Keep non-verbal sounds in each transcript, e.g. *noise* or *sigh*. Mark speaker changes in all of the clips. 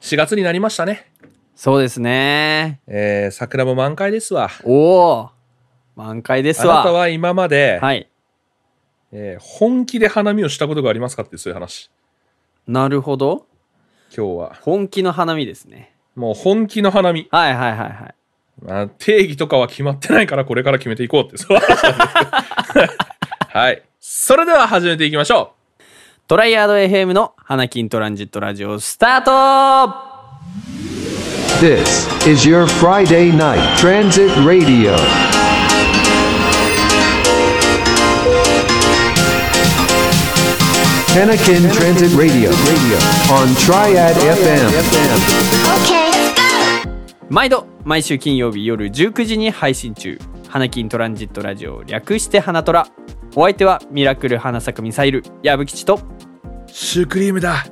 Speaker 1: 4月になりましたね。
Speaker 2: そうですね。
Speaker 1: えー、桜も満開ですわ。
Speaker 2: おお満開です
Speaker 1: あなた
Speaker 2: わ。
Speaker 1: は今まで、
Speaker 2: はい。
Speaker 1: えー本気で花見をしたことがありますかっていうそういう話。
Speaker 2: なるほど。
Speaker 1: 今日は。
Speaker 2: 本気の花見ですね。
Speaker 1: もう本気の花見。
Speaker 2: はいはいはいはい。
Speaker 1: あ定義とかは決まってないからこれから決めていこうってそういう話なんですけどはい。それでは始めていきましょ
Speaker 2: トライアード FM の花金トランジットラジオスタート
Speaker 3: This is your Friday night transit radio. Panakin Transit Radio on Triad FM.
Speaker 2: 毎度毎週金曜日夜19時に配信中花金トランジットラジオ略して花トラお相手はミラクル花咲くミサイル矢吹吉と
Speaker 1: う。シュークリームだ。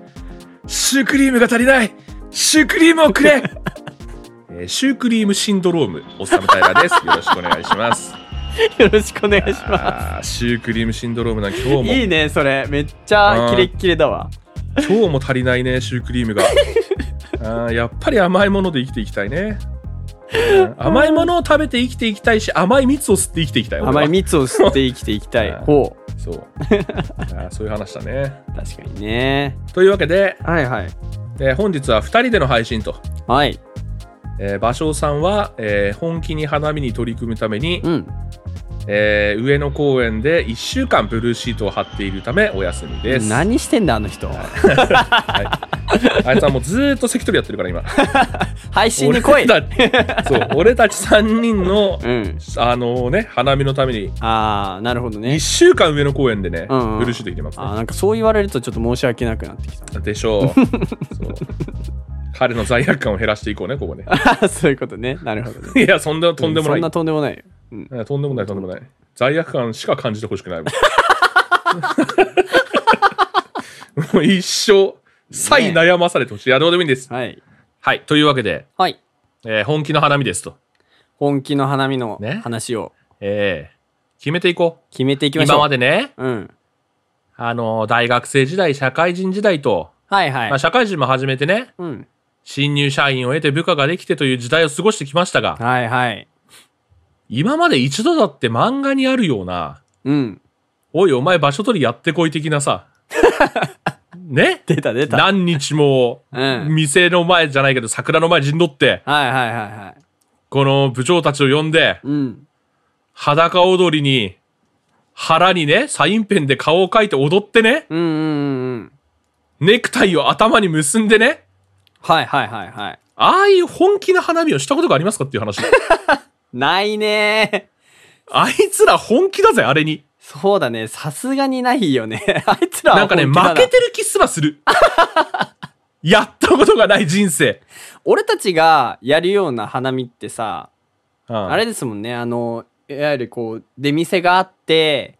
Speaker 1: シュークリームが足りない。シュークリームをくれ、 *laughs* えーシュークリームシンドローム、おさむたいらです。よろしくお願いし
Speaker 2: *laughs*
Speaker 1: ます。
Speaker 2: よろしくお願いしま
Speaker 1: あーシュークリームシンドロームな、今日も
Speaker 2: す。いいねそれめっちゃキレッキレだわ
Speaker 1: 今日も足りないねシュークリー
Speaker 2: *laughs*
Speaker 1: ムがあーやっぱり甘いもので生きていきたい
Speaker 2: *laughs*
Speaker 1: ねうん甘いものを食べて生きていきたいし甘い蜜を吸って生きていきたい俺は
Speaker 2: 甘い蜜を吸って生きていきたい
Speaker 1: はい
Speaker 2: ほ
Speaker 1: そうあーそういう話だね
Speaker 2: う確かにね
Speaker 1: というわけで、
Speaker 2: はいはい
Speaker 1: えー本日は2人での配信と、
Speaker 2: はい
Speaker 1: えー、芭蕉さんは、えー本気に花見に取り組むために
Speaker 2: う、ん
Speaker 1: えー上野公園で1週間ブルーシートを張っているためお休みです
Speaker 2: 何してんだあの人
Speaker 1: あいつはもうずーっと関取やってるから
Speaker 2: *laughs*
Speaker 1: 今
Speaker 2: 配信に来い
Speaker 1: 俺たちそう俺たち3人の
Speaker 2: *laughs* うん
Speaker 1: あのね、花見のために、
Speaker 2: ああなるほどね
Speaker 1: 1週間上の公園でね、
Speaker 2: うんうん
Speaker 1: ブルーシート着てます
Speaker 2: あ
Speaker 1: ね
Speaker 2: ーなんかそう言われるとちょっと申し訳なくなってきた
Speaker 1: でし
Speaker 2: *laughs*
Speaker 1: ょうそう。彼の罪悪感を減らしていこうね、ここね。 *laughs*
Speaker 2: あーそういうことねなるほどね
Speaker 1: いや、そんなとんでもな
Speaker 2: そ
Speaker 1: い。
Speaker 2: んなとんでもないよ。うん
Speaker 1: うんとんでもない、とんでもない。罪悪感しか感じてほしくないもん。もう一生、さえ悩まされてほしい。いや、どうでもいいんです。
Speaker 2: はい。
Speaker 1: はい、というわけで、
Speaker 2: はい。
Speaker 1: えー本気の花見ですと。
Speaker 2: 本気の花見の
Speaker 1: ね
Speaker 2: 話を
Speaker 1: えー決めていこう。
Speaker 2: 決めていきましょう。
Speaker 1: 今までね、
Speaker 2: うん。
Speaker 1: あの、大学生時代、社会人時代と、
Speaker 2: はいはい。
Speaker 1: まあ、社会人も始めてね、
Speaker 2: うん。
Speaker 1: 新入社員を得て部下ができてという時代を過ごしてきましたが、
Speaker 2: はいはい。
Speaker 1: 今まで一度だって漫画にあるような、
Speaker 2: うん。
Speaker 1: おいお前場所取りやってこい的な
Speaker 2: *laughs*
Speaker 1: さ、ね
Speaker 2: 出た出た。はい
Speaker 1: 何日も、
Speaker 2: うん
Speaker 1: 店の前じゃないけど桜の前陣取って、
Speaker 2: はいはいはい。
Speaker 1: この部長たちを呼んで、
Speaker 2: うん。
Speaker 1: 裸踊りに、腹にね、サインペンで顔を描いて踊ってね、
Speaker 2: うんうんうんうん。
Speaker 1: ネクタイを頭に結んでね、
Speaker 2: はいはいはいはい。
Speaker 1: ああいう本気な花見をしたことがありますかっていう
Speaker 2: *laughs*
Speaker 1: 話。
Speaker 2: ないねー。
Speaker 1: あいつら本気だぜ、あれに。
Speaker 2: そうだね。さすがにないよね。 *laughs* あいつらは
Speaker 1: なんかね、
Speaker 2: 本気だ
Speaker 1: 負けてる気すらす
Speaker 2: *laughs*
Speaker 1: る。やったことがない人生。
Speaker 2: 俺たちがやるような花見ってさ、
Speaker 1: あ
Speaker 2: あれですもんね。あの、いわゆるこう、出店があって、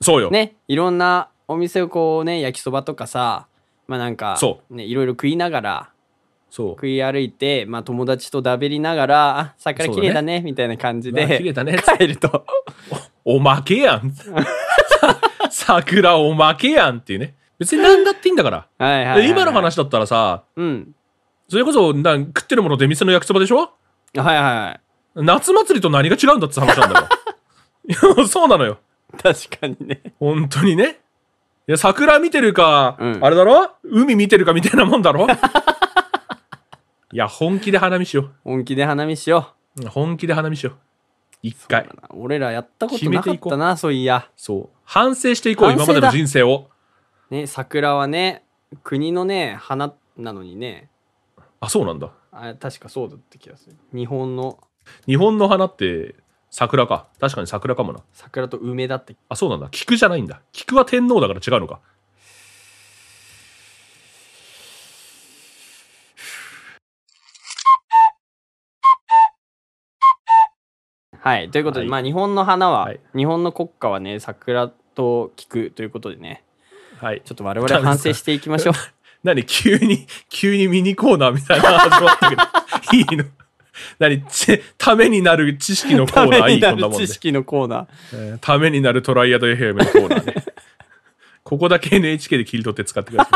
Speaker 1: そうよ。
Speaker 2: ね、いろんなお店をこうね、焼きそばとかさ、まあなんか、
Speaker 1: そ
Speaker 2: ね、いろいろ食いながら、
Speaker 1: そう。
Speaker 2: 食い歩いて、まあ友達とだべりながら、あ、桜綺麗だね、みたいな感じ
Speaker 1: うわ
Speaker 2: で、
Speaker 1: 綺麗だね
Speaker 2: 帰
Speaker 1: *laughs*
Speaker 2: ると。
Speaker 1: おまけやん。 *laughs* 桜おまけやんっていうね。別に何だっていいんだから。
Speaker 2: はいはいはいはい
Speaker 1: で今の。話だったらさ、
Speaker 2: うん。
Speaker 1: それこそなん食ってるもの出店の焼きそばでしょ
Speaker 2: はいはいは
Speaker 1: 夏祭りと何が違うんだって話なんだよ。い
Speaker 2: *laughs*
Speaker 1: やそうなのよ。
Speaker 2: い。確かにね。
Speaker 1: 本当にね。いや、桜見てるか、
Speaker 2: うん
Speaker 1: あれだろ海見てるかみたいなもんだろ *laughs* いや、本気で花見しよう。
Speaker 2: 本気で花見しよ
Speaker 1: 本気で花見しよう。一回
Speaker 2: う。。俺らやったこと
Speaker 1: 決め
Speaker 2: な
Speaker 1: て
Speaker 2: か
Speaker 1: い
Speaker 2: っ
Speaker 1: こう
Speaker 2: たな、そういや。
Speaker 1: そう。反省していこう、
Speaker 2: 反
Speaker 1: 今
Speaker 2: 省だ
Speaker 1: までの人生を。
Speaker 2: ね、桜はね、国のね、花なのにね、
Speaker 1: あ、そうなんだ。
Speaker 2: あ確かそうだった気がする。日本の
Speaker 1: 日本の花って桜か。確かに桜かもな。
Speaker 2: 桜と梅だって。
Speaker 1: あ、そうなんだ。菊じゃないんだ。菊は天皇だから違うのか。
Speaker 2: はい。ということで、
Speaker 1: はい
Speaker 2: まあ日本の花は、
Speaker 1: はい
Speaker 2: 日本の国家はね、桜と菊ということでね、
Speaker 1: はい。
Speaker 2: ちょっと我々反省していきま
Speaker 1: *laughs*
Speaker 2: しょう。
Speaker 1: 何急に、急にミニコーナーみたいなの始まったけど。いいの何 *laughs* ちためになる知識のコーナーいい、こんなもんで
Speaker 2: 知。識のコーナー。
Speaker 1: えーためになるト
Speaker 2: *laughs*
Speaker 1: ライアド FM のコーナーね。ここだけ NHK で切り取って使ってくださ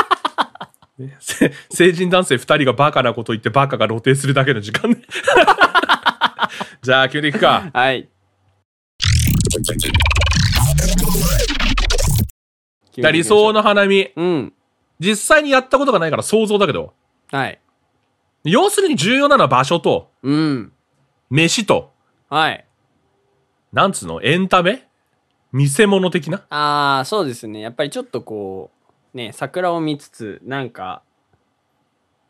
Speaker 1: い。
Speaker 2: *laughs*
Speaker 1: ねせ成人男性2人がバカなこと言ってバカが露呈するだけの時間
Speaker 2: *laughs*
Speaker 1: ねじゃあ決めていくか
Speaker 2: はい。
Speaker 1: じゃあ理想
Speaker 2: の。
Speaker 1: の花見
Speaker 2: うん。
Speaker 1: 実際にやったことがないから想像だけど
Speaker 2: はい。
Speaker 1: 要するに重要なのは場所と
Speaker 2: うん。
Speaker 1: 飯と
Speaker 2: はい。
Speaker 1: なんつうのエンタメ見せ物的な
Speaker 2: ああ、そうですね。やっぱりちょっとこう、ね、桜を見つつ、なんか、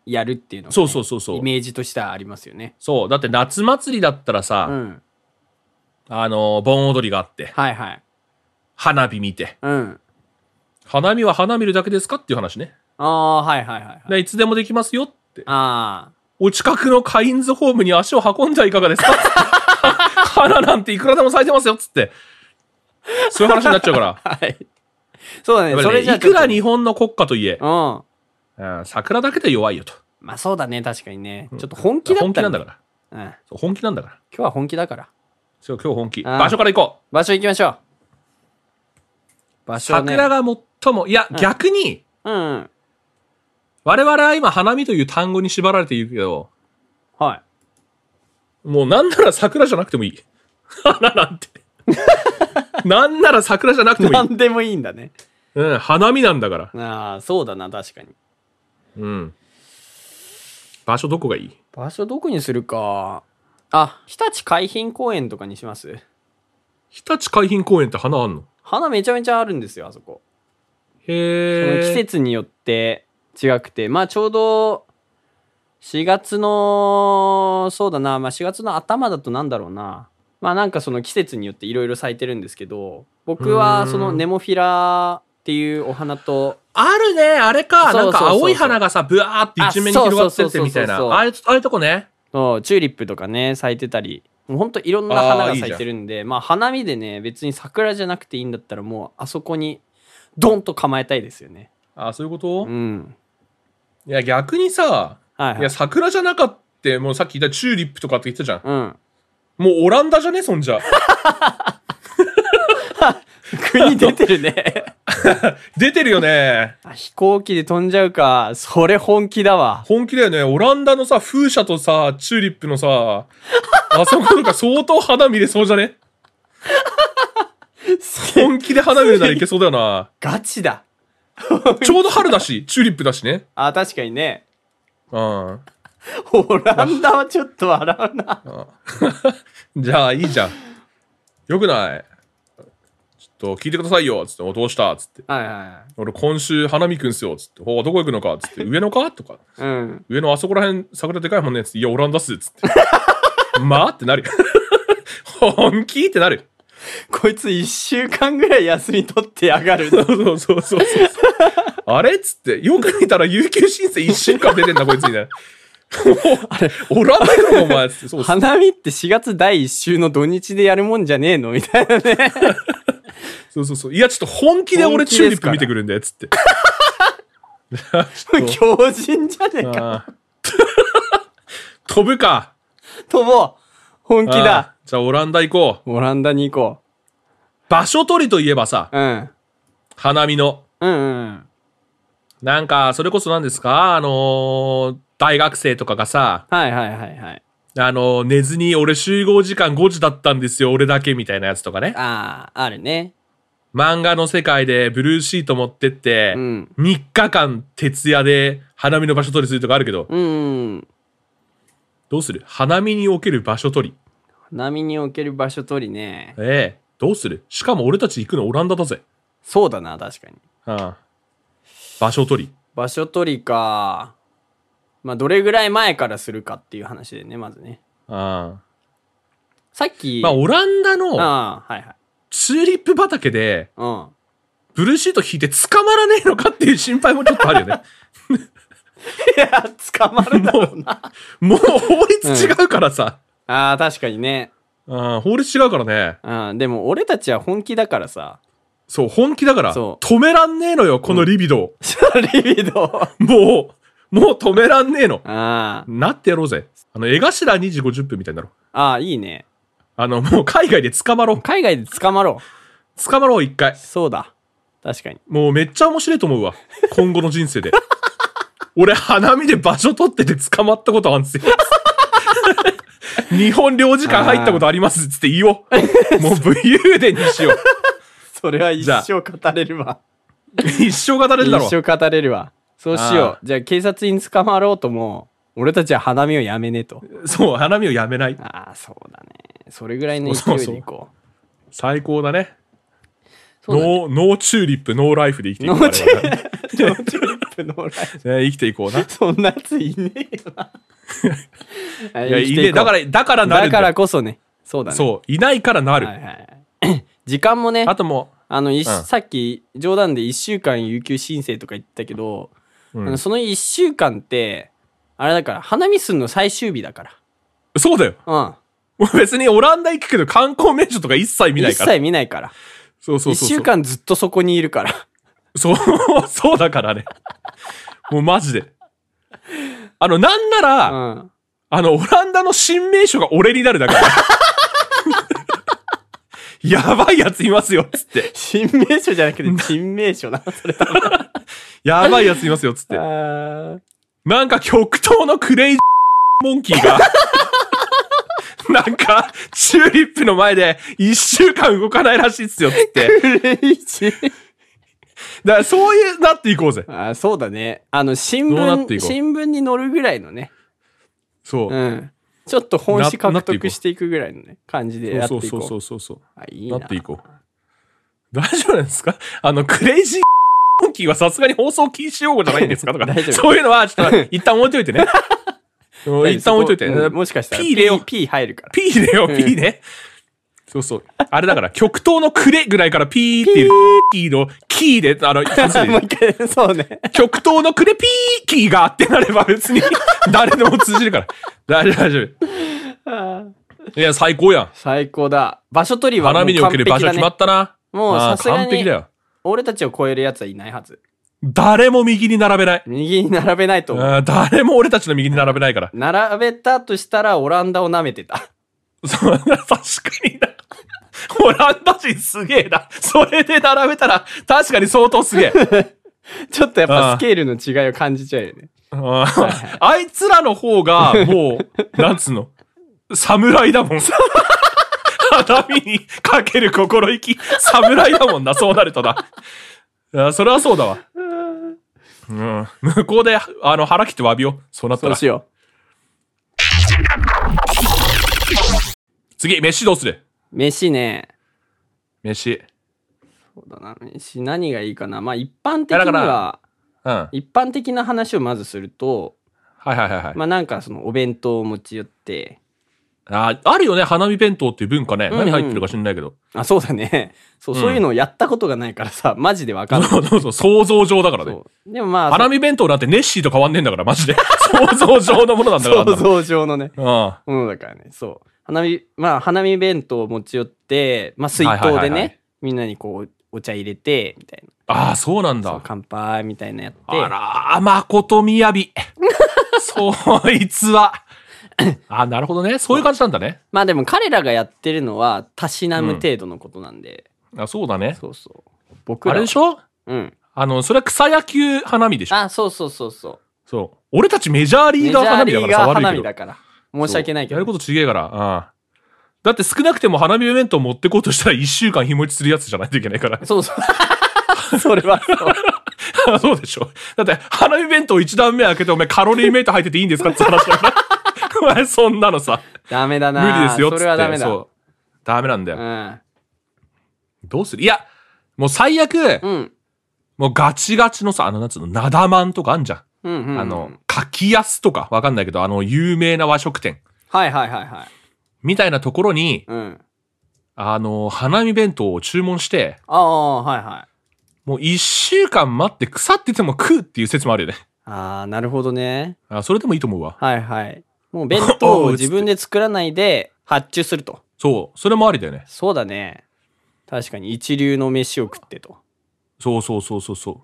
Speaker 2: やるっていうのがね、
Speaker 1: そうそうそうそう
Speaker 2: イメージとしてはありますよね。
Speaker 1: そうだって夏祭りだったら
Speaker 2: う
Speaker 1: さ、
Speaker 2: ん。
Speaker 1: あの盆踊りがあって
Speaker 2: はいはい。
Speaker 1: 花火見て
Speaker 2: うん。
Speaker 1: 花見は花見るだけですかっていう話ね
Speaker 2: ああ、はいはいはい、はい。
Speaker 1: でいつでもできますよって
Speaker 2: あ
Speaker 1: お近くのカインズホームに足を運んじゃいかがですか *laughs* 花なんていくらでも咲いてますよっつって。そういう話になっちゃうから。
Speaker 2: あ。はい。そうだ
Speaker 1: や
Speaker 2: ね。
Speaker 1: っ
Speaker 2: *laughs* そ
Speaker 1: ぱ
Speaker 2: れ
Speaker 1: り
Speaker 2: じ
Speaker 1: ね、
Speaker 2: ゃあ
Speaker 1: い
Speaker 2: ちょ
Speaker 1: く
Speaker 2: っと
Speaker 1: ら日本の国家といえ、
Speaker 2: うん。
Speaker 1: うん桜だけで弱いよと。
Speaker 2: まあそうだね、確かにね。ちょっと本気だった
Speaker 1: 本気なんだ
Speaker 2: ら。
Speaker 1: から。
Speaker 2: うん。今
Speaker 1: そう本気なんだから。
Speaker 2: 日は本気だから。
Speaker 1: そう今日本気。
Speaker 2: あー
Speaker 1: 場所から行こ
Speaker 2: 場所行きましょう。場
Speaker 1: う。
Speaker 2: 所ね。
Speaker 1: 桜が最も、いや、逆に、
Speaker 2: うんうん。
Speaker 1: 我々は今花見という単語に縛られているけど、
Speaker 2: はい。
Speaker 1: もうなんなら桜じゃなくてもいい。花なん
Speaker 2: *laughs*
Speaker 1: て。なんなら桜じゃなくてもいい。
Speaker 2: 何でもいいんだね。
Speaker 1: うん、花見なんだから。
Speaker 2: ああ、そうだな、確かに。
Speaker 1: うん。場所どこがいい
Speaker 2: 場所どこにするか。あ、日立海浜公園とかにします
Speaker 1: 日立海浜公園って花あんの
Speaker 2: 花めちゃめちゃあるんですよ、あそこ。その
Speaker 1: へえ。
Speaker 2: 季節によって違くて、まあちょうど4月の、そうだな、まあ4月の頭だとなんだろうな。まあなんかその季節によっていろいろ咲いてるんですけど、僕はそのネモフィラっていうお花と、
Speaker 1: あるね、あれか。
Speaker 2: そう
Speaker 1: な
Speaker 2: そ
Speaker 1: ん
Speaker 2: うそうそ
Speaker 1: か
Speaker 2: う
Speaker 1: 青い花がさ、ぶわーって一面に広がってってみたい
Speaker 2: あ
Speaker 1: な。
Speaker 2: そうそうそうそうそう
Speaker 1: ああいう、ああいうとこね。
Speaker 2: そうチューリップとかね咲いてたりもうほんといろんな花
Speaker 1: あーい
Speaker 2: が
Speaker 1: いじゃん
Speaker 2: 咲いてるんでまあ花見でね別に桜じゃなくていいんだったらもうあそこにドンと構えたいですよね
Speaker 1: あそういうこと、
Speaker 2: う
Speaker 1: い
Speaker 2: ん
Speaker 1: や、逆にさ、
Speaker 2: はい
Speaker 1: い
Speaker 2: はい
Speaker 1: や、桜じゃなかった、もうさっき言ったチューリップとかって言ってたじゃん。
Speaker 2: うん *laughs*
Speaker 1: もうオランダじゃねそんじゃ。
Speaker 2: 国出てるね
Speaker 1: 出てるよね。
Speaker 2: あ飛行機で飛んじゃうかそれ本気だわ
Speaker 1: 本気だよね。オランダのさ、風車とさ、チューリップのさ、あそことか相当花見れそうじゃね本気で花見るならいけそうだよな。
Speaker 2: ガチだ
Speaker 1: ちょうど春だし、チューリップだしね。
Speaker 2: あ確かにね
Speaker 1: うん。
Speaker 2: オランダはちょっと笑うな
Speaker 1: じゃあ、いいじゃん。よくないちょっと聞いてくださいよ。つって、おどうしたつって。
Speaker 2: はいは
Speaker 1: 俺、今週花見行くんすよ。つって、おどこ行くのかつって、上野かとか。
Speaker 2: いうん
Speaker 1: 上野あそこら辺、桜でかいもんね。つって、いや、オランダっす。つって。まあってなるよ。本気ってなるよ。
Speaker 2: こいつ1週間ぐらい休み取ってやがる
Speaker 1: そうそうそうそうそう。あれっつって、よく見たら有給申請1週間出てんだ、こいつみたいな。おオランダ行くのお前っつって。そうそう
Speaker 2: 花見って4月第1週の土日でやるもんじゃねえのみたいなね。
Speaker 1: そうそうそう。いや、ちょっと本気で俺
Speaker 2: 本気
Speaker 1: チュー
Speaker 2: で
Speaker 1: リ
Speaker 2: す
Speaker 1: ップ
Speaker 2: から
Speaker 1: 見てくるんだよ、つって。
Speaker 2: 強人じゃねえか。
Speaker 1: ああ飛ぶか。
Speaker 2: 飛ぼう。本気
Speaker 1: ああ
Speaker 2: だ。。
Speaker 1: じゃあオランダ行こう。
Speaker 2: オランダに行こ
Speaker 1: 場所取りといえばさ、
Speaker 2: う。うん。
Speaker 1: 花見の。
Speaker 2: うんうん。
Speaker 1: なんか、それこそ何ですかあのー大学生とかがさ、
Speaker 2: はいはいはいはい。
Speaker 1: あのー寝ずに俺集合時間5時だったんですよ、俺だけみたいなやつとかね。
Speaker 2: ああ、あるね。
Speaker 1: 漫画の世界でブルーシート持ってって、
Speaker 2: うん
Speaker 1: 3日間徹夜で花見の場所取りするとかあるけど、
Speaker 2: うん。
Speaker 1: どうする花見における場所取り。
Speaker 2: 波における場所取りね。
Speaker 1: ええどうするしかも俺たち行くのオランダだぜ。
Speaker 2: そうだな、確かに。
Speaker 1: ああ場所取り。
Speaker 2: 場所取りか。まあ、どれぐらい前からするかっていう話でね、まずね。
Speaker 1: あ
Speaker 2: さっき、
Speaker 1: あまあ、オランダの
Speaker 2: ああ、はいはい。
Speaker 1: チューリップ畑で、
Speaker 2: うん。 *laughs*
Speaker 1: ブルーシート引いて捕まらねえのかっていう心配もちょっとあるよ
Speaker 2: *laughs*
Speaker 1: ね。
Speaker 2: いや、捕まるだろう
Speaker 1: *laughs*
Speaker 2: な。
Speaker 1: もう法律違うからさ。
Speaker 2: *laughs* ああ、確かにね。
Speaker 1: ああ法律違うからね。
Speaker 2: うん、でも俺たちは本気だからさ。 *laughs*
Speaker 1: そう、本気だから。
Speaker 2: そ
Speaker 1: 止めらんねえのよ、このリビドを。
Speaker 2: リビド。
Speaker 1: もう、もう止めらんねえの。
Speaker 2: *laughs* あー
Speaker 1: なってやろうぜ。あの、江頭2時50分みたいになろう。
Speaker 2: あー、いいね。
Speaker 1: あの、もう海外で捕まろう。
Speaker 2: 海外で捕まろう。
Speaker 1: 捕まろう、一回。
Speaker 2: そうだ。確かに。 *laughs*
Speaker 1: もうめっちゃ面白いと思うわ。今後の人生で。俺、花見で場所取ってて捕まったことあるんですよ。日本領事館入ったことありますっつって
Speaker 2: *laughs*
Speaker 1: 言おう。もう武勇伝にしよう。
Speaker 2: それは一
Speaker 1: じゃあ
Speaker 2: 生語れるわ。
Speaker 1: 一生語れるだろ
Speaker 2: 一生語れるわ。そうしよ
Speaker 1: あ
Speaker 2: う。じゃあ警察に捕まろうとも、俺たちは花見をやめねえと。
Speaker 1: う。そう、花見をやめない。
Speaker 2: ああ、そうだね。それぐらいの勢いでいこう。
Speaker 1: 最高だね。
Speaker 2: そうだね
Speaker 1: ノー、ノーチューリップ、ノーライフで生きていこう。
Speaker 2: ノーチュ
Speaker 1: 我々はね
Speaker 2: ノーチューリップノーライフ
Speaker 1: ね生きていこう
Speaker 2: *laughs*
Speaker 1: な。い
Speaker 2: そんなやついねえよ
Speaker 1: *laughs*
Speaker 2: な。はい
Speaker 1: や、
Speaker 2: 生
Speaker 1: い
Speaker 2: き
Speaker 1: い
Speaker 2: て
Speaker 1: ね。
Speaker 2: いこう
Speaker 1: だから、だからなる
Speaker 2: だ
Speaker 1: んだ
Speaker 2: か
Speaker 1: よ
Speaker 2: らこそね。そうだね。
Speaker 1: そう、いないからなる。
Speaker 2: はいはいはい時間もね、
Speaker 1: あとも
Speaker 2: あの、いし
Speaker 1: うん
Speaker 2: さっき冗談で1週間有給申請とか言ったけど、
Speaker 1: う、
Speaker 2: あ
Speaker 1: う
Speaker 2: の
Speaker 1: ん
Speaker 2: その1週間って、あれだから、花見すんの最終日だか
Speaker 1: そうだよ。 *laughs*
Speaker 2: ら。
Speaker 1: もう別にオランダ行くけど観光名所とか一切
Speaker 2: うん。
Speaker 1: 見ない
Speaker 2: 一
Speaker 1: から。
Speaker 2: 切見ないから。
Speaker 1: そうそう
Speaker 2: 1
Speaker 1: そうそう。
Speaker 2: 週間ずっとそこにいるから。
Speaker 1: そう、 *laughs* そうだからね。もうマジで。あの、なんなら、 *laughs*
Speaker 2: うん。
Speaker 1: あの、オランダの新名所が俺になるだ *laughs* から。やばいやついますよ、つって。
Speaker 2: 新名所じゃなくて、新名所な、それ多分。
Speaker 1: やばいやついますよ、つって。 *laughs*
Speaker 2: あー
Speaker 1: なんか極東のクレイジーモ *laughs* ンキーが、なんか、チューリップの前で一週間動かないらしいっすよ、つって。
Speaker 2: クレイジー。
Speaker 1: だからそういう、なっていこうぜ。
Speaker 2: あーそうだね。あの、新
Speaker 1: どうなってい
Speaker 2: 聞、
Speaker 1: こう
Speaker 2: 新聞に載るぐらいのね。
Speaker 1: そう。
Speaker 2: うん。ちょっと本紙
Speaker 1: なな
Speaker 2: 獲
Speaker 1: っていこう
Speaker 2: 得していくぐらいのね、感じでやって
Speaker 1: そ
Speaker 2: いうこう。
Speaker 1: そうそうそうそう。
Speaker 2: あいい
Speaker 1: な
Speaker 2: な。
Speaker 1: っていこう。大丈夫なんですか *laughs* あの、クレイジー *laughs* モンキーはさすがに放送禁止用語じゃないんですかとか
Speaker 2: *laughs* 大丈、夫
Speaker 1: そういうのは、ちょっと
Speaker 2: *laughs*
Speaker 1: 一旦置いといてね。うん *laughs* 一旦置いといて。
Speaker 2: うんもしかしたら
Speaker 1: P 入れよう
Speaker 2: P 入るから。
Speaker 1: P 入れよ、P ね。そうそう。あれだから、極東のクレぐらいからピーっていう、キーの、キーで、あの、一発
Speaker 2: *laughs* もう
Speaker 1: で
Speaker 2: 一回、そうね。
Speaker 1: 極東のクレピーキーがあってなれば別に *laughs* 誰でも通じるから。大丈夫、大丈
Speaker 2: *laughs*
Speaker 1: 夫。いや、最高やん。
Speaker 2: 最高だ。場所取りはもう
Speaker 1: 花見における場所
Speaker 2: 完
Speaker 1: 決
Speaker 2: 璧
Speaker 1: ま
Speaker 2: だ
Speaker 1: ったな。
Speaker 2: ね、もう
Speaker 1: あ
Speaker 2: さ
Speaker 1: ー
Speaker 2: すが
Speaker 1: 完璧だ
Speaker 2: に
Speaker 1: よ。
Speaker 2: 俺たちを超えるやつはいないはず。
Speaker 1: 誰も右に並べない。
Speaker 2: 右に並べないと思う。
Speaker 1: うん誰も俺たちの右に並べないから。 *laughs*
Speaker 2: 並べたとしたらオランダを舐めてた。 *laughs*
Speaker 1: そんな、確かにな。オランダ人すげえな。それで並べたら、確かに相当すげえ。
Speaker 2: ちょっとやっ
Speaker 1: あ
Speaker 2: ぱ
Speaker 1: ー
Speaker 2: スケールの違いを感じちゃうよね。
Speaker 1: うんあいつらの方が、もう、なんつうの、侍だもん。花見にかける心意気、侍だもんな、そうなるとな。あそれはそうだわ。うん、向こうで、あの、腹切って詫びよう。そうなった
Speaker 2: どう
Speaker 1: ら
Speaker 2: し。よ
Speaker 1: 次、飯どうする
Speaker 2: う。飯ね。
Speaker 1: 飯。
Speaker 2: そうだな。飯何がいいかな。まあ一般的
Speaker 1: だ
Speaker 2: には
Speaker 1: か、うん。はい
Speaker 2: 一般的な話をまずすると、
Speaker 1: はいはいはい。
Speaker 2: まあなんかそのお弁当を持ち寄って、
Speaker 1: ああるよね、花見弁当っていう文化ね。
Speaker 2: んうん
Speaker 1: 何入ってるか知んないけど。
Speaker 2: あ、そうだね。 *laughs* そう、そういうのをやったことがないからさ、マジでわかんな
Speaker 1: *laughs*
Speaker 2: い。
Speaker 1: そうそうそう、想像上だからね
Speaker 2: そ。うでもまあ、
Speaker 1: 花見弁当なんてネッシーと変わんねえんだから、マジで。想像上のものなんだから。あんな
Speaker 2: 想
Speaker 1: の
Speaker 2: 像上のね、
Speaker 1: うん。
Speaker 2: ものだからね、そう。花見、まあ、花見弁当を持ち寄って、まあ、水
Speaker 1: はい
Speaker 2: 筒
Speaker 1: は
Speaker 2: で
Speaker 1: いはいは
Speaker 2: ね
Speaker 1: い、
Speaker 2: みんなにこう、お茶入れて、みたいな。
Speaker 1: ああ、そうなん
Speaker 2: そう
Speaker 1: だ。
Speaker 2: 乾杯みたいなやって、
Speaker 1: あらー、誠みや
Speaker 2: *laughs*
Speaker 1: び。そいつは。あーなるほどね。そういう感じなんだね。
Speaker 2: まあでも彼らがやってるのは、たしなむ程度のことなんで、
Speaker 1: あそうだね。
Speaker 2: そうそう。僕
Speaker 1: あれ
Speaker 2: らは
Speaker 1: でしょ
Speaker 2: うん。
Speaker 1: あの、それは草野球花見でしょ
Speaker 2: あ、そうそうそうそう。
Speaker 1: そう。俺たちメジャーリー
Speaker 2: メジ
Speaker 1: ガ
Speaker 2: ャ
Speaker 1: ー
Speaker 2: ー
Speaker 1: 花見だ
Speaker 2: リ
Speaker 1: か
Speaker 2: ー
Speaker 1: らさ、
Speaker 2: ガー
Speaker 1: 悪い
Speaker 2: 花
Speaker 1: けど
Speaker 2: 見だ。から。申し訳ないけ
Speaker 1: や
Speaker 2: ど
Speaker 1: る。ことちげえから。あだって少なくても花見弁当持ってこうとしたら1週間日持ちするやつじゃないといけないから。 *laughs*
Speaker 2: そうそう。 *laughs* それはそう。
Speaker 1: そうでしょ。だって花見弁当1段目開けてお前カロリーメイト入ってていいんですかって話だから。 *laughs* お前そんなのさ、
Speaker 2: ダメだ
Speaker 1: 無
Speaker 2: な
Speaker 1: 理ですよっつって。
Speaker 2: それはダメだ。
Speaker 1: そうダメなんだよ。
Speaker 2: うん。
Speaker 1: どうするいや、もう最悪、
Speaker 2: うん。
Speaker 1: もうガチガチのさ、あの、なんつうの、なだまんとかあんじゃん。
Speaker 2: うんうんうん
Speaker 1: あの、かきやすとか、わかんないけど、あの、有名な和食店。
Speaker 2: はいはいはいはい。
Speaker 1: みたいなところに、
Speaker 2: うん。
Speaker 1: あの、花見弁当を注文して、
Speaker 2: ああ、はいはい。
Speaker 1: もう一週間待って腐ってても食うっていう説もあるよね。 *laughs*
Speaker 2: ああ、なるほどね。
Speaker 1: あそれでもいいと思うわ。
Speaker 2: はいはい。もう弁当を自分で作らない
Speaker 1: *laughs*
Speaker 2: で発注すると。
Speaker 1: そう。それもありだよね。
Speaker 2: そうだね。確かに一流の飯を食ってと。
Speaker 1: そうそうそうそうそう。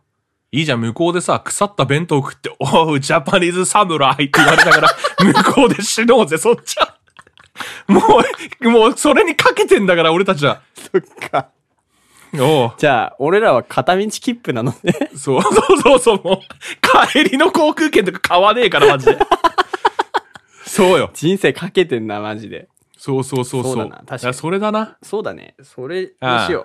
Speaker 1: いいじゃん、向こうでさ、腐った弁当食って、 *laughs* おう、ジャパニーズサムライって言われながら、 *laughs* 向こうで死のうぜ、そっちは。 *laughs* もう、もう、それにかけてんだから、俺たちは。
Speaker 2: そっか。
Speaker 1: おう
Speaker 2: じゃあ、俺らは片道切符なので、
Speaker 1: そう *laughs* そうそうそう、もう、帰りの航空券とか買わねえから、マジで。 *laughs* そうよ。
Speaker 2: 人生かけてんな、マジで。
Speaker 1: そうそうそうそう。
Speaker 2: そうだな確かに
Speaker 1: いやそれだな。
Speaker 2: そうだね。それに
Speaker 1: ああ
Speaker 2: しよう。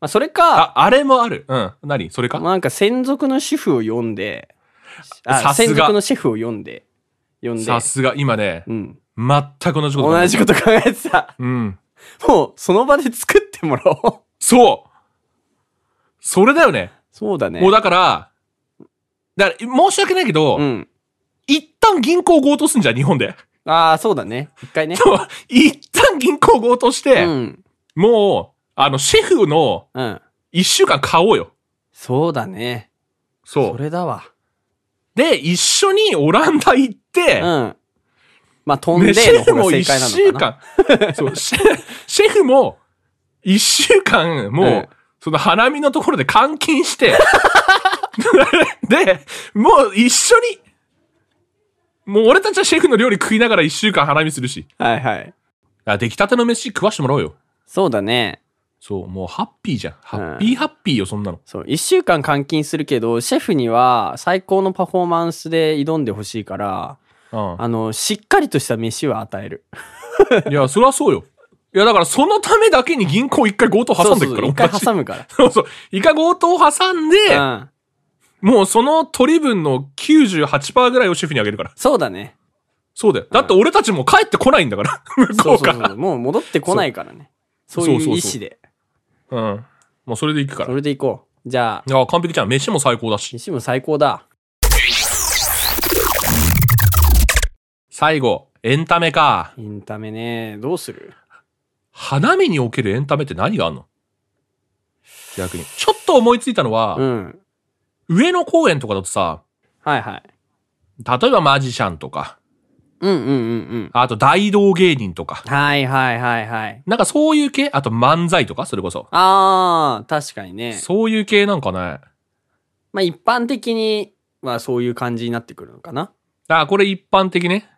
Speaker 2: まあ、それか、
Speaker 1: あ、あれもある。うん。何それか
Speaker 2: まあ、なんか専属の主婦を呼んで、あ
Speaker 1: さすが
Speaker 2: 専属のシェフを呼んで、呼んで
Speaker 1: さ、すが、今ね
Speaker 2: う、ん。
Speaker 1: 全く同じことだ
Speaker 2: 同じこと考えてた。
Speaker 1: うん。
Speaker 2: もう、その場で作ってもらおう。
Speaker 1: そうそれだよね。
Speaker 2: そうだね。
Speaker 1: もうだから、だから、申し訳ないけど、
Speaker 2: うん。
Speaker 1: 一旦銀行強盗すんじゃん、日本で。 *laughs*
Speaker 2: ああ、そうだね。一回ね。
Speaker 1: そう一旦銀行強盗し
Speaker 2: う
Speaker 1: て、
Speaker 2: ん。
Speaker 1: もう、あの、シェフの
Speaker 2: うん。
Speaker 1: 一週間買おうよ。
Speaker 2: そうだね。
Speaker 1: そ
Speaker 2: そ。れだわ。
Speaker 1: で、一緒にオランダ行って、
Speaker 2: うん。まあ、飛ん
Speaker 1: ね
Speaker 2: で
Speaker 1: シェフ
Speaker 2: の方
Speaker 1: も
Speaker 2: が正
Speaker 1: 一
Speaker 2: 解な
Speaker 1: 週
Speaker 2: のかな。
Speaker 1: 間、 *laughs* そうシェシェフも一週間、もう、
Speaker 2: うん
Speaker 1: その花見のところで監禁して、 *laughs* で、もう一緒に、もう俺たちはシェフの料理食いながら一週間花見するし、
Speaker 2: はいはい。
Speaker 1: あ出来たての飯食わしてもらおうよ。
Speaker 2: そうだね。
Speaker 1: そう、もうハッピーじゃん。ハッピーハッピーよ、そんなの。
Speaker 2: そう。一週間監禁するけど、シェフには最高のパフォーマンスで挑んでほしいから、
Speaker 1: う
Speaker 2: あの、しっかりとした飯は与える。
Speaker 1: ん。いや、それはそうよ。いや、だからそのためだけに銀行一回強盗挟んでくから、
Speaker 2: そうそうそう一回
Speaker 1: おかしい
Speaker 2: 挟む *laughs* か
Speaker 1: *laughs* そうそう。イカ強盗を挟んで、
Speaker 2: ら。うん。
Speaker 1: もうその取り分の98%ぐらいをシェフにあげるから。
Speaker 2: そうだね。
Speaker 1: そうだよ。だって俺たちも帰ってこないんだから。向
Speaker 2: *laughs* そ
Speaker 1: こ
Speaker 2: う
Speaker 1: うか
Speaker 2: そう
Speaker 1: ら。
Speaker 2: そう。もう戻ってこないからね。
Speaker 1: そ
Speaker 2: *laughs* そうういう意思で。
Speaker 1: うん。もうそれで行くから。
Speaker 2: それでいこう。じゃあ、
Speaker 1: いや、完璧じゃん。飯も最高だし。
Speaker 2: 西も最高だ。
Speaker 1: 最後、エンタメか。
Speaker 2: インタメね。どうする
Speaker 1: 花見におけるエンタメって何があんの逆に。ちょっと思いついたのは、
Speaker 2: うん。
Speaker 1: 上野公園とかだとさ、
Speaker 2: はいはい。
Speaker 1: 例えばマジシャンとか、
Speaker 2: うんうんうん
Speaker 1: あと大道芸人とか、
Speaker 2: うん。はいはいはいはい。
Speaker 1: なんかそういう系あと漫才とかそれこそ。
Speaker 2: ああ、確かにね。
Speaker 1: そういう系なんかね。
Speaker 2: まあ一般的にはそういう感じになってくるのかな。
Speaker 1: あ、これ一般的ね。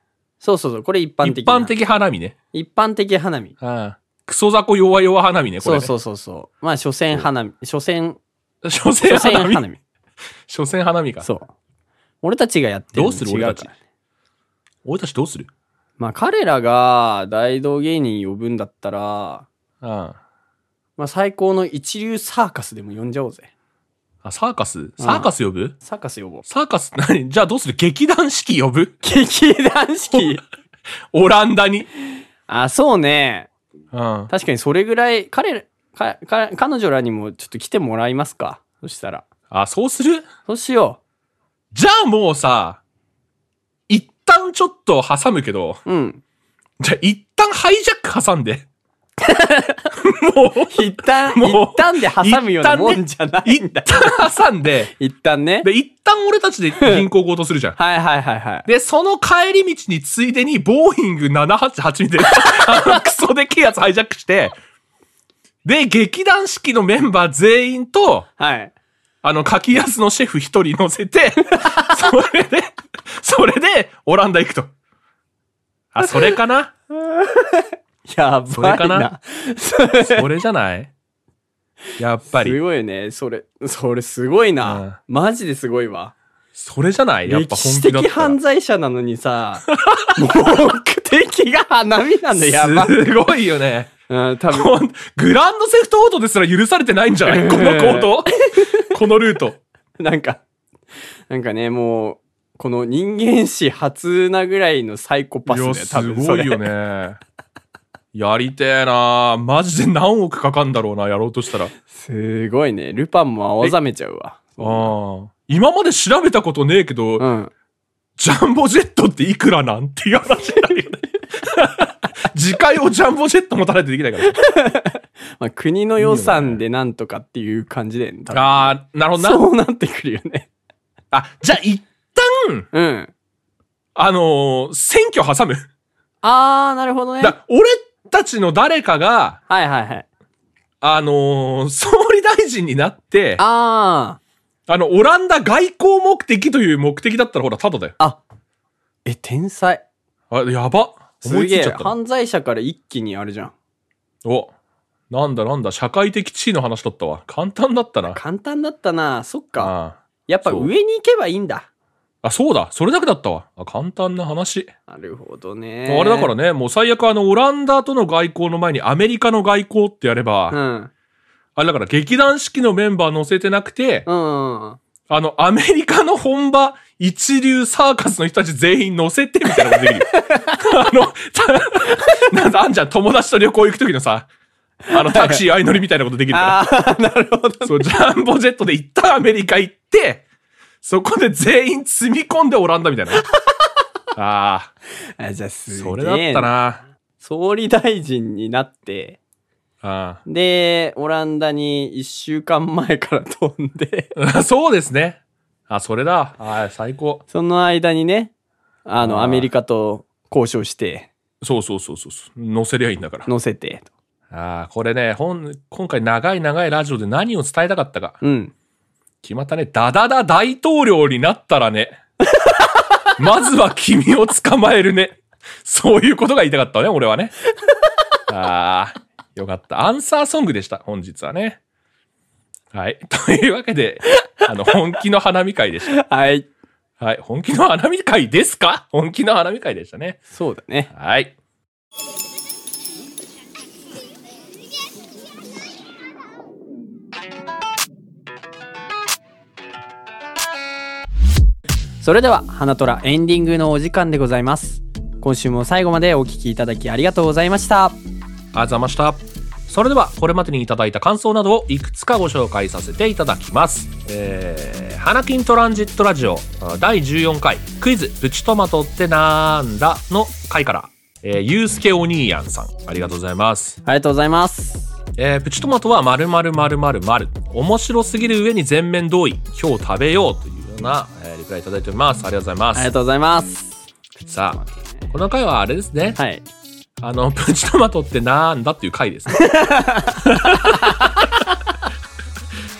Speaker 2: そうそうそう。これ一般
Speaker 1: 一
Speaker 2: 的な。
Speaker 1: 般的花見ね。
Speaker 2: 一般的花見。
Speaker 1: うんクソ雑魚弱々花見ね、こ
Speaker 2: そ
Speaker 1: れ、
Speaker 2: う
Speaker 1: ね。
Speaker 2: そうそうそう。まあ、所詮花見。所詮、
Speaker 1: うそう。所詮
Speaker 2: 所詮
Speaker 1: 花見。
Speaker 2: 花見。
Speaker 1: 所詮花見か。
Speaker 2: そう。俺たちがやってる
Speaker 1: ど
Speaker 2: の
Speaker 1: うする
Speaker 2: 違
Speaker 1: 俺
Speaker 2: か
Speaker 1: たち
Speaker 2: ら。
Speaker 1: 俺たちどうする
Speaker 2: まあ、彼らが大道芸人呼ぶんだったら、
Speaker 1: うん。あ、
Speaker 2: まあ、最高の一流サーカスでも呼んじゃおうぜ。
Speaker 1: サーカスサーカス呼ぶ、
Speaker 2: サーカス呼ぼう。
Speaker 1: サーカス、 *laughs* 何じゃあどうする劇団四季呼ぶ
Speaker 2: 劇団四季
Speaker 1: オランダに。
Speaker 2: *laughs* あ、そうね。
Speaker 1: うん。
Speaker 2: 確かにそれぐらい、彼ら、か、か、彼女らにもちょっと来てもらいますか。そしたら。
Speaker 1: あ、そうする
Speaker 2: そうしよ
Speaker 1: じゃあもうさ、一旦ちょっと挟むけど、
Speaker 2: う。うん。
Speaker 1: じゃあ一旦ハイジャック挟んで。
Speaker 2: 一旦、
Speaker 1: もう
Speaker 2: 一旦で挟むようなもんじゃない
Speaker 1: 一
Speaker 2: んだ。
Speaker 1: 旦挟んで、
Speaker 2: 一旦ね。
Speaker 1: で、一旦俺たちで銀行強盗するじゃん。
Speaker 2: はいはいはいはい。
Speaker 1: で、その帰り道についでに、ボーイング788みたいな、 *laughs* あのクソでけえやつハイジャックして、で、劇団四季のメンバー全員と、
Speaker 2: はい。
Speaker 1: あの、柿安のシェフ一人乗せて、 *laughs* それで、それで、オランダ行くと。あ、それかな
Speaker 2: や
Speaker 1: それ
Speaker 2: ば
Speaker 1: か
Speaker 2: い
Speaker 1: な
Speaker 2: な。
Speaker 1: それじゃないやっぱ
Speaker 2: す
Speaker 1: り。
Speaker 2: ごいね。それ、それすごいな。マジですごいわ。
Speaker 1: それじゃないやっぱ
Speaker 2: 歴
Speaker 1: 本
Speaker 2: 史
Speaker 1: 気だっ
Speaker 2: 的
Speaker 1: た
Speaker 2: 犯
Speaker 1: ら。
Speaker 2: 罪者なのに
Speaker 1: *laughs*
Speaker 2: さ、目的が花見なんだ、やばい。
Speaker 1: すごいよね。
Speaker 2: うん、多分。
Speaker 1: ほんグランドセフトオートですら許されてないんじゃないこの行
Speaker 2: *laughs*
Speaker 1: 動このルート。
Speaker 2: なんか、なんかね、もう、この人間史初なぐらいのサイコパスだよ、多分
Speaker 1: いやすごいよね。やりてえなマジで何億かかんだろうな、やろうとしたら。あ
Speaker 2: それすごいね。ルパンも青ざめちゃうわ。
Speaker 1: あ。今まで調べたことねえけど、
Speaker 2: うん。
Speaker 1: ジャンボジェットっていくらなんていう話にな *laughs* るよね。次回をジャンボジェット持たないとできないから。
Speaker 2: まあ、国の予算でなんとかっていう感じだよね。多分
Speaker 1: ああ、なるほどな。
Speaker 2: そうなってくるよね。
Speaker 1: あ、じゃあ一旦、
Speaker 2: うん。
Speaker 1: あのー選挙挟む。
Speaker 2: あー、なるほどね。
Speaker 1: だ俺たちの誰かが、
Speaker 2: はいはいはい。
Speaker 1: あのー総理大臣になって、あ
Speaker 2: あ
Speaker 1: の、オランダ外交目的という目的だったらほら、ただだよ。
Speaker 2: ー。あ、え、天才。
Speaker 1: あ、やば。思
Speaker 2: す
Speaker 1: いつ
Speaker 2: げ
Speaker 1: い
Speaker 2: え
Speaker 1: ちゃ。ったな。
Speaker 2: 犯罪者から一気にあれじゃん。
Speaker 1: お、なんだなんだ、社会的地位の話だったわ。簡単だったな。
Speaker 2: 簡単だったな。そっか。
Speaker 1: あ
Speaker 2: やっぱ上に行けばいいんだ。
Speaker 1: あ、そうだ。それだけだったわ。あ簡単な話。
Speaker 2: なるほどね。
Speaker 1: あれだからね、もう最悪あの、オランダとの外交の前にアメリカの外交ってやれば、
Speaker 2: うん。
Speaker 1: あれだから劇団四季のメンバー乗せてなくて、
Speaker 2: うん。
Speaker 1: あの、アメリカの本場、一流サーカスの人たち全員乗せてみたいなことでき
Speaker 2: *laughs*
Speaker 1: るよ。あの、た *laughs* なんだ、あんじゃん、友達と旅行行くときのさ、あの、タクシー相乗りみたいなことできるから。
Speaker 2: ああ、なるほ
Speaker 1: *laughs*
Speaker 2: ど。
Speaker 1: そう、ジャンボジェットで一旦アメリカ行って、そこで全員積み込んでオランダ
Speaker 2: *laughs*
Speaker 1: みたいな。ああ、
Speaker 2: あ *laughs* じゃあすげえ
Speaker 1: それだったな。
Speaker 2: 総理大臣になって、
Speaker 1: あ
Speaker 2: で、オランダに一週間前から飛んで、 *laughs*
Speaker 1: あ *laughs* そうですね。あ、それだ。ああ、最高。
Speaker 2: その間にね、あ
Speaker 1: あ
Speaker 2: の、
Speaker 1: ー
Speaker 2: アメリカと交渉して、
Speaker 1: そうそうそうそうそう。乗せりゃいいんだから。
Speaker 2: 乗せて、と
Speaker 1: ああ、これね、本、今回長い長いラジオで何を伝えたかったか。
Speaker 2: うん。
Speaker 1: 決まったね。ダダダ大統領になったらね。 *laughs* まずは君を捕まえるね。そういうことが言いたかったね、俺はね。ああ、よかった。アンサーソングでした、本日はね。はい。 *laughs* というわけで、あの、本気の花見会でし
Speaker 2: はい。
Speaker 1: た。はい。本気の花見会ですか本気の花見会でしたね。
Speaker 2: そうだね。
Speaker 1: はい。
Speaker 2: それでは、花虎エンディングのお時間でございます。今週も最後までお聞きいただきありがとうございました。
Speaker 1: ありがとうございました。それではこれまでにいただいた感想などをいくつかご紹介させていただきます。えー、花金トランジットラジオあ第14回クイズプチトマトってなんだの回から、えー、ゆうすけお兄やんさんありがとうございます。
Speaker 2: ありがとうございます。
Speaker 1: えープチトマトは〇〇〇〇〇面白すぎる上に全面同意今日食べようというような、えーリプライいただいております。ありがとうございま
Speaker 2: あり
Speaker 1: す
Speaker 2: が。とうございます。
Speaker 1: さあ、この回はあれですね。
Speaker 2: はい。
Speaker 1: あの、 *laughs* プチトマトってなんだっていう回
Speaker 2: *laughs*
Speaker 1: ですね。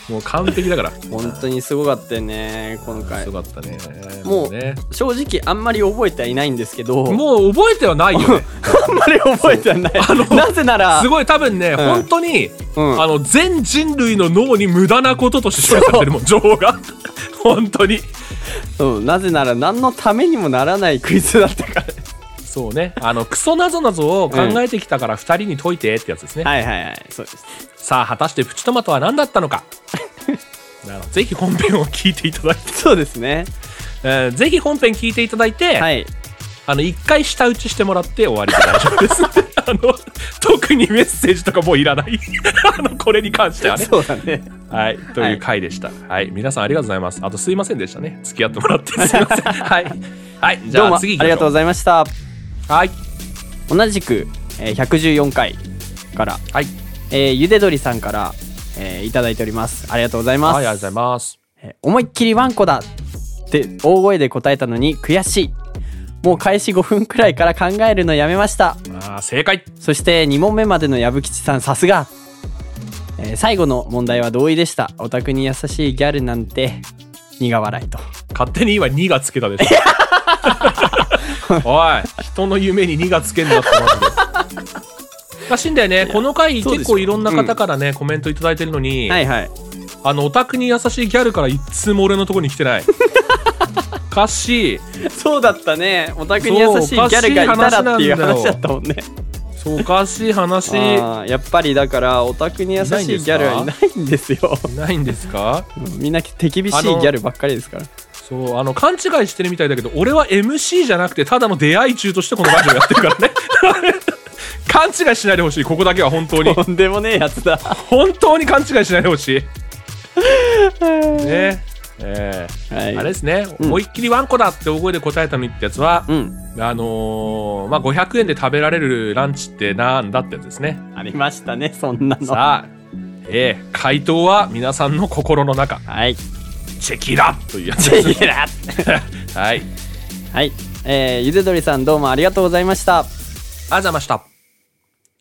Speaker 1: もう完璧だから。
Speaker 2: 本当にすごかったよね、今回
Speaker 1: よ。かったね。
Speaker 2: もう
Speaker 1: ね。
Speaker 2: 正直あんまり覚えてはいないんですけど、
Speaker 1: もう覚えてはないよね。
Speaker 2: *laughs* あんまり覚えてはない。なぜなら
Speaker 1: す、ごい多分ね、本当に、
Speaker 2: うん
Speaker 1: あの、全人類の脳に無駄なこととして処理されてるもん、
Speaker 2: *laughs*
Speaker 1: 情報が。 *laughs* 本当に。
Speaker 2: うん、なぜなら何のためにもならないクイズだったから。
Speaker 1: そうね。あの、クソなぞなぞを考えてきたから二人に解いてってやつですね。
Speaker 2: *laughs* はいはいはい、そうです。
Speaker 1: さあ、果たしてプチトマトは何だった
Speaker 2: *laughs*
Speaker 1: のか。あのぜひ本編を聞いていただいて、
Speaker 2: そうですね。
Speaker 1: えーぜひ本編聞いていただいて、
Speaker 2: はい。
Speaker 1: あの、一回下打ちしてもらって終わりで大丈夫です。
Speaker 2: *laughs*
Speaker 1: あの、特にメッセージとかもういらない。あの、これに関してはね。
Speaker 2: そうだね。
Speaker 1: はい。という回でした。はい、皆さんありがとうございます。あとすいませんでしたね。付き合ってもらってすいません。
Speaker 2: *laughs*
Speaker 1: はい。はい。じ
Speaker 2: どう
Speaker 1: ゃ
Speaker 2: も
Speaker 1: あ
Speaker 2: あ
Speaker 1: 次
Speaker 2: り
Speaker 1: 行きましょう。
Speaker 2: がとうございました。
Speaker 1: はい。
Speaker 2: 同じく、えー114回から、
Speaker 1: はい。
Speaker 2: えーゆでどりさんから、えーいただいております。ありがとうございます。
Speaker 1: はい、ありがとうございます。
Speaker 2: えー思いっきりワンコだって大声で答えたのに悔しい。もう開始5分くらいから考えるのやめました。
Speaker 1: まあ、正解。
Speaker 2: そして2問目までの藪吉さんさすが、えー最後の問題は同意でしたオタクに優しいギャルなんて苦笑いと
Speaker 1: 勝手に今2がつけたでし
Speaker 2: *laughs*
Speaker 1: ょ。おい、人の夢に2がつけんなってマ
Speaker 2: *laughs*
Speaker 1: ジで。らしいんだよね。この回
Speaker 2: そうで
Speaker 1: 結
Speaker 2: しょ
Speaker 1: 構いろんな方からね、コメントいただいてるのに、
Speaker 2: はいはい
Speaker 1: あの、オタクに優しいギャルから一通も俺のとこに来てない。おかしい。
Speaker 2: そうだったねオタク
Speaker 1: に
Speaker 2: に
Speaker 1: 優
Speaker 2: 優
Speaker 1: し
Speaker 2: し
Speaker 1: い
Speaker 2: い
Speaker 1: ギ
Speaker 2: ギ
Speaker 1: ャ
Speaker 2: ャ
Speaker 1: ル
Speaker 2: ル
Speaker 1: が
Speaker 2: が
Speaker 1: い
Speaker 2: い
Speaker 1: たら
Speaker 2: たら
Speaker 1: っ
Speaker 2: ってて
Speaker 1: い
Speaker 2: いうう
Speaker 1: 話
Speaker 2: 話
Speaker 1: だ
Speaker 2: だ
Speaker 1: っ
Speaker 2: ったたもんね
Speaker 1: そう、おかしい話。い
Speaker 2: あーやっぱりだからオタクに優しいギャルはいないんですよ
Speaker 1: ないんですか
Speaker 2: みんな手厳しいギャルばっかりですから
Speaker 1: そう、あの、勘違いしてるみたいだけど、俺は MC じゃなくて、ただの出会い中としてこのラジオやってるからね。 *laughs* 勘違いしないでほしい、ここだけは本当に。
Speaker 2: *laughs* とんでもねえやつだは
Speaker 1: 本当に勘違いしないでほしい。ね。ええ
Speaker 2: い
Speaker 1: あれですね、思いっきりワンコだって大声で答えたのにってやつは、
Speaker 2: うん
Speaker 1: あのーまあ、500円で食べられるランチってなんだってやつですね。
Speaker 2: ありましたねそんなの
Speaker 1: さあ、ええ回答は皆さんの心の中、
Speaker 2: *laughs* はい
Speaker 1: チェキラというやつ
Speaker 2: チェ
Speaker 1: です。
Speaker 2: キラ
Speaker 1: はい。
Speaker 2: はい、えー、ゆでどりさんどうもありがとうございました
Speaker 1: あざました。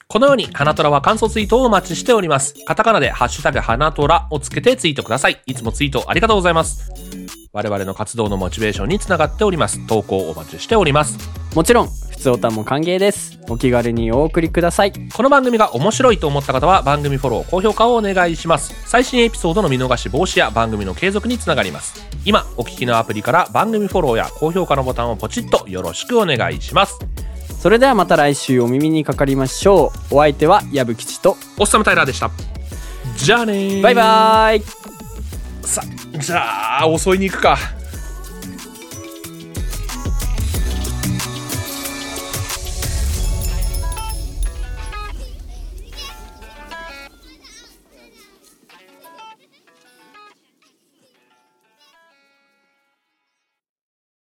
Speaker 1: このように、花虎は感想ツイートをお待ちしております。カタカナで、ハッシュタグ、花虎をつけてツイートください。いつもツイートありがとうございます。我々の活動のモチベーションにつながっております。投稿お待ちしております。
Speaker 2: もちろん、普普通おたも歓迎です。お気軽にお送りください。
Speaker 1: この番組が面白いと思った方は番組フォロー、高評価をお願いします。最新エピソードの見逃し防止や番組の継続につながります。今、お聞きのアプリから番組フォローや高評価のボタンをポチッとよろしくお願いします。
Speaker 2: それではまた来週お耳にかかりましょう。お相手は矢吹吉と、
Speaker 1: おっさむタイラーでした。じゃあねー。
Speaker 2: バイバーイ
Speaker 1: さ、じゃあ、襲いに行くか。